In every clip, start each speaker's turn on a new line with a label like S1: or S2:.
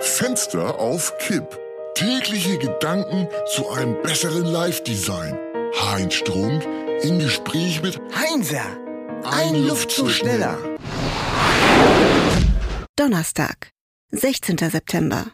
S1: Fenster auf Kipp. Tägliche Gedanken zu einem besseren Live-Design. Heinz Strunk im Gespräch mit
S2: Heinzer,
S1: Ein Luftzug schneller.
S3: Donnerstag, 16. September.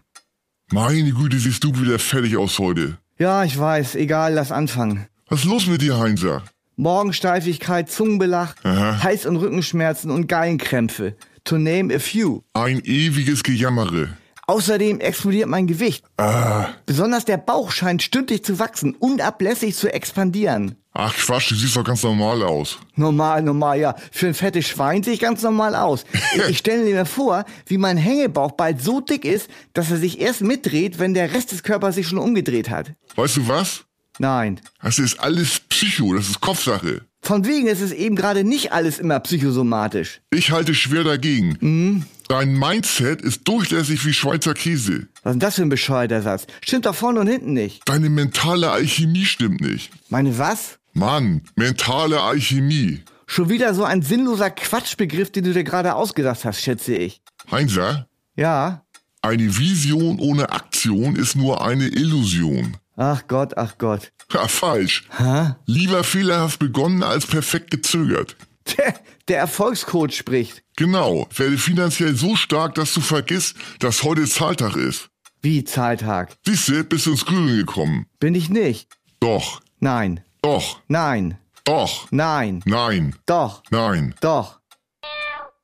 S1: Meine Güte, siehst du wieder fertig aus heute.
S2: Ja, ich weiß, egal, lass anfangen.
S1: Was ist los mit dir, Heinzer?
S2: Morgensteifigkeit, Zungenbelach,
S1: Aha.
S2: Hals- und Rückenschmerzen und Gallenkrämpfe. To name a few.
S1: Ein ewiges Gejammere.
S2: Außerdem explodiert mein Gewicht.
S1: Ah,
S2: Besonders der Bauch scheint stündlich zu wachsen, unablässig zu expandieren.
S1: ach Quatsch, du siehst doch ganz normal aus.
S2: Normal, normal, ja. Für ein fettes Schwein sehe ich ganz normal aus. Ich, ich stelle mir vor, wie mein Hängebauch bald so dick ist, dass er sich erst mitdreht, wenn der Rest des Körpers sich schon umgedreht hat.
S1: Weißt du was?
S2: Nein.
S1: Das ist alles Psycho, das ist Kopfsache.
S2: Von wegen ist es eben gerade nicht alles immer psychosomatisch.
S1: Ich halte schwer dagegen. Dein Mindset ist durchlässig wie Schweizer Käse.
S2: Was ist denn das für ein bescheuerter Satz? Stimmt doch vorne und hinten nicht.
S1: Deine mentale Alchemie stimmt nicht.
S2: Meine was?
S1: Mann, mentale Alchemie.
S2: Schon wieder so ein sinnloser Quatschbegriff, den du dir gerade ausgedacht hast, schätze ich.
S1: Heinzer,
S2: Ja?
S1: eine Vision ohne Aktion ist nur eine Illusion.
S2: Ach Gott, ach Gott.
S1: Ja, falsch.
S2: Hä?
S1: Lieber fehlerhaft begonnen als perfekt gezögert.
S2: Der, der Erfolgscoach spricht.
S1: Genau, werde finanziell so stark, dass du vergisst, dass heute Zahltag ist.
S2: Wie Zeittag?
S1: Siehste, bist du ins Grübeln gekommen.
S2: Bin ich nicht.
S1: Doch,
S2: Nein,
S1: doch,
S2: nein,
S1: doch,
S2: nein,
S1: nein,
S2: doch,
S1: nein.
S2: doch.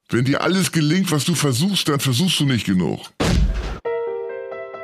S1: Wenn dir alles gelingt, was du versuchst, dann versuchst du nicht genug.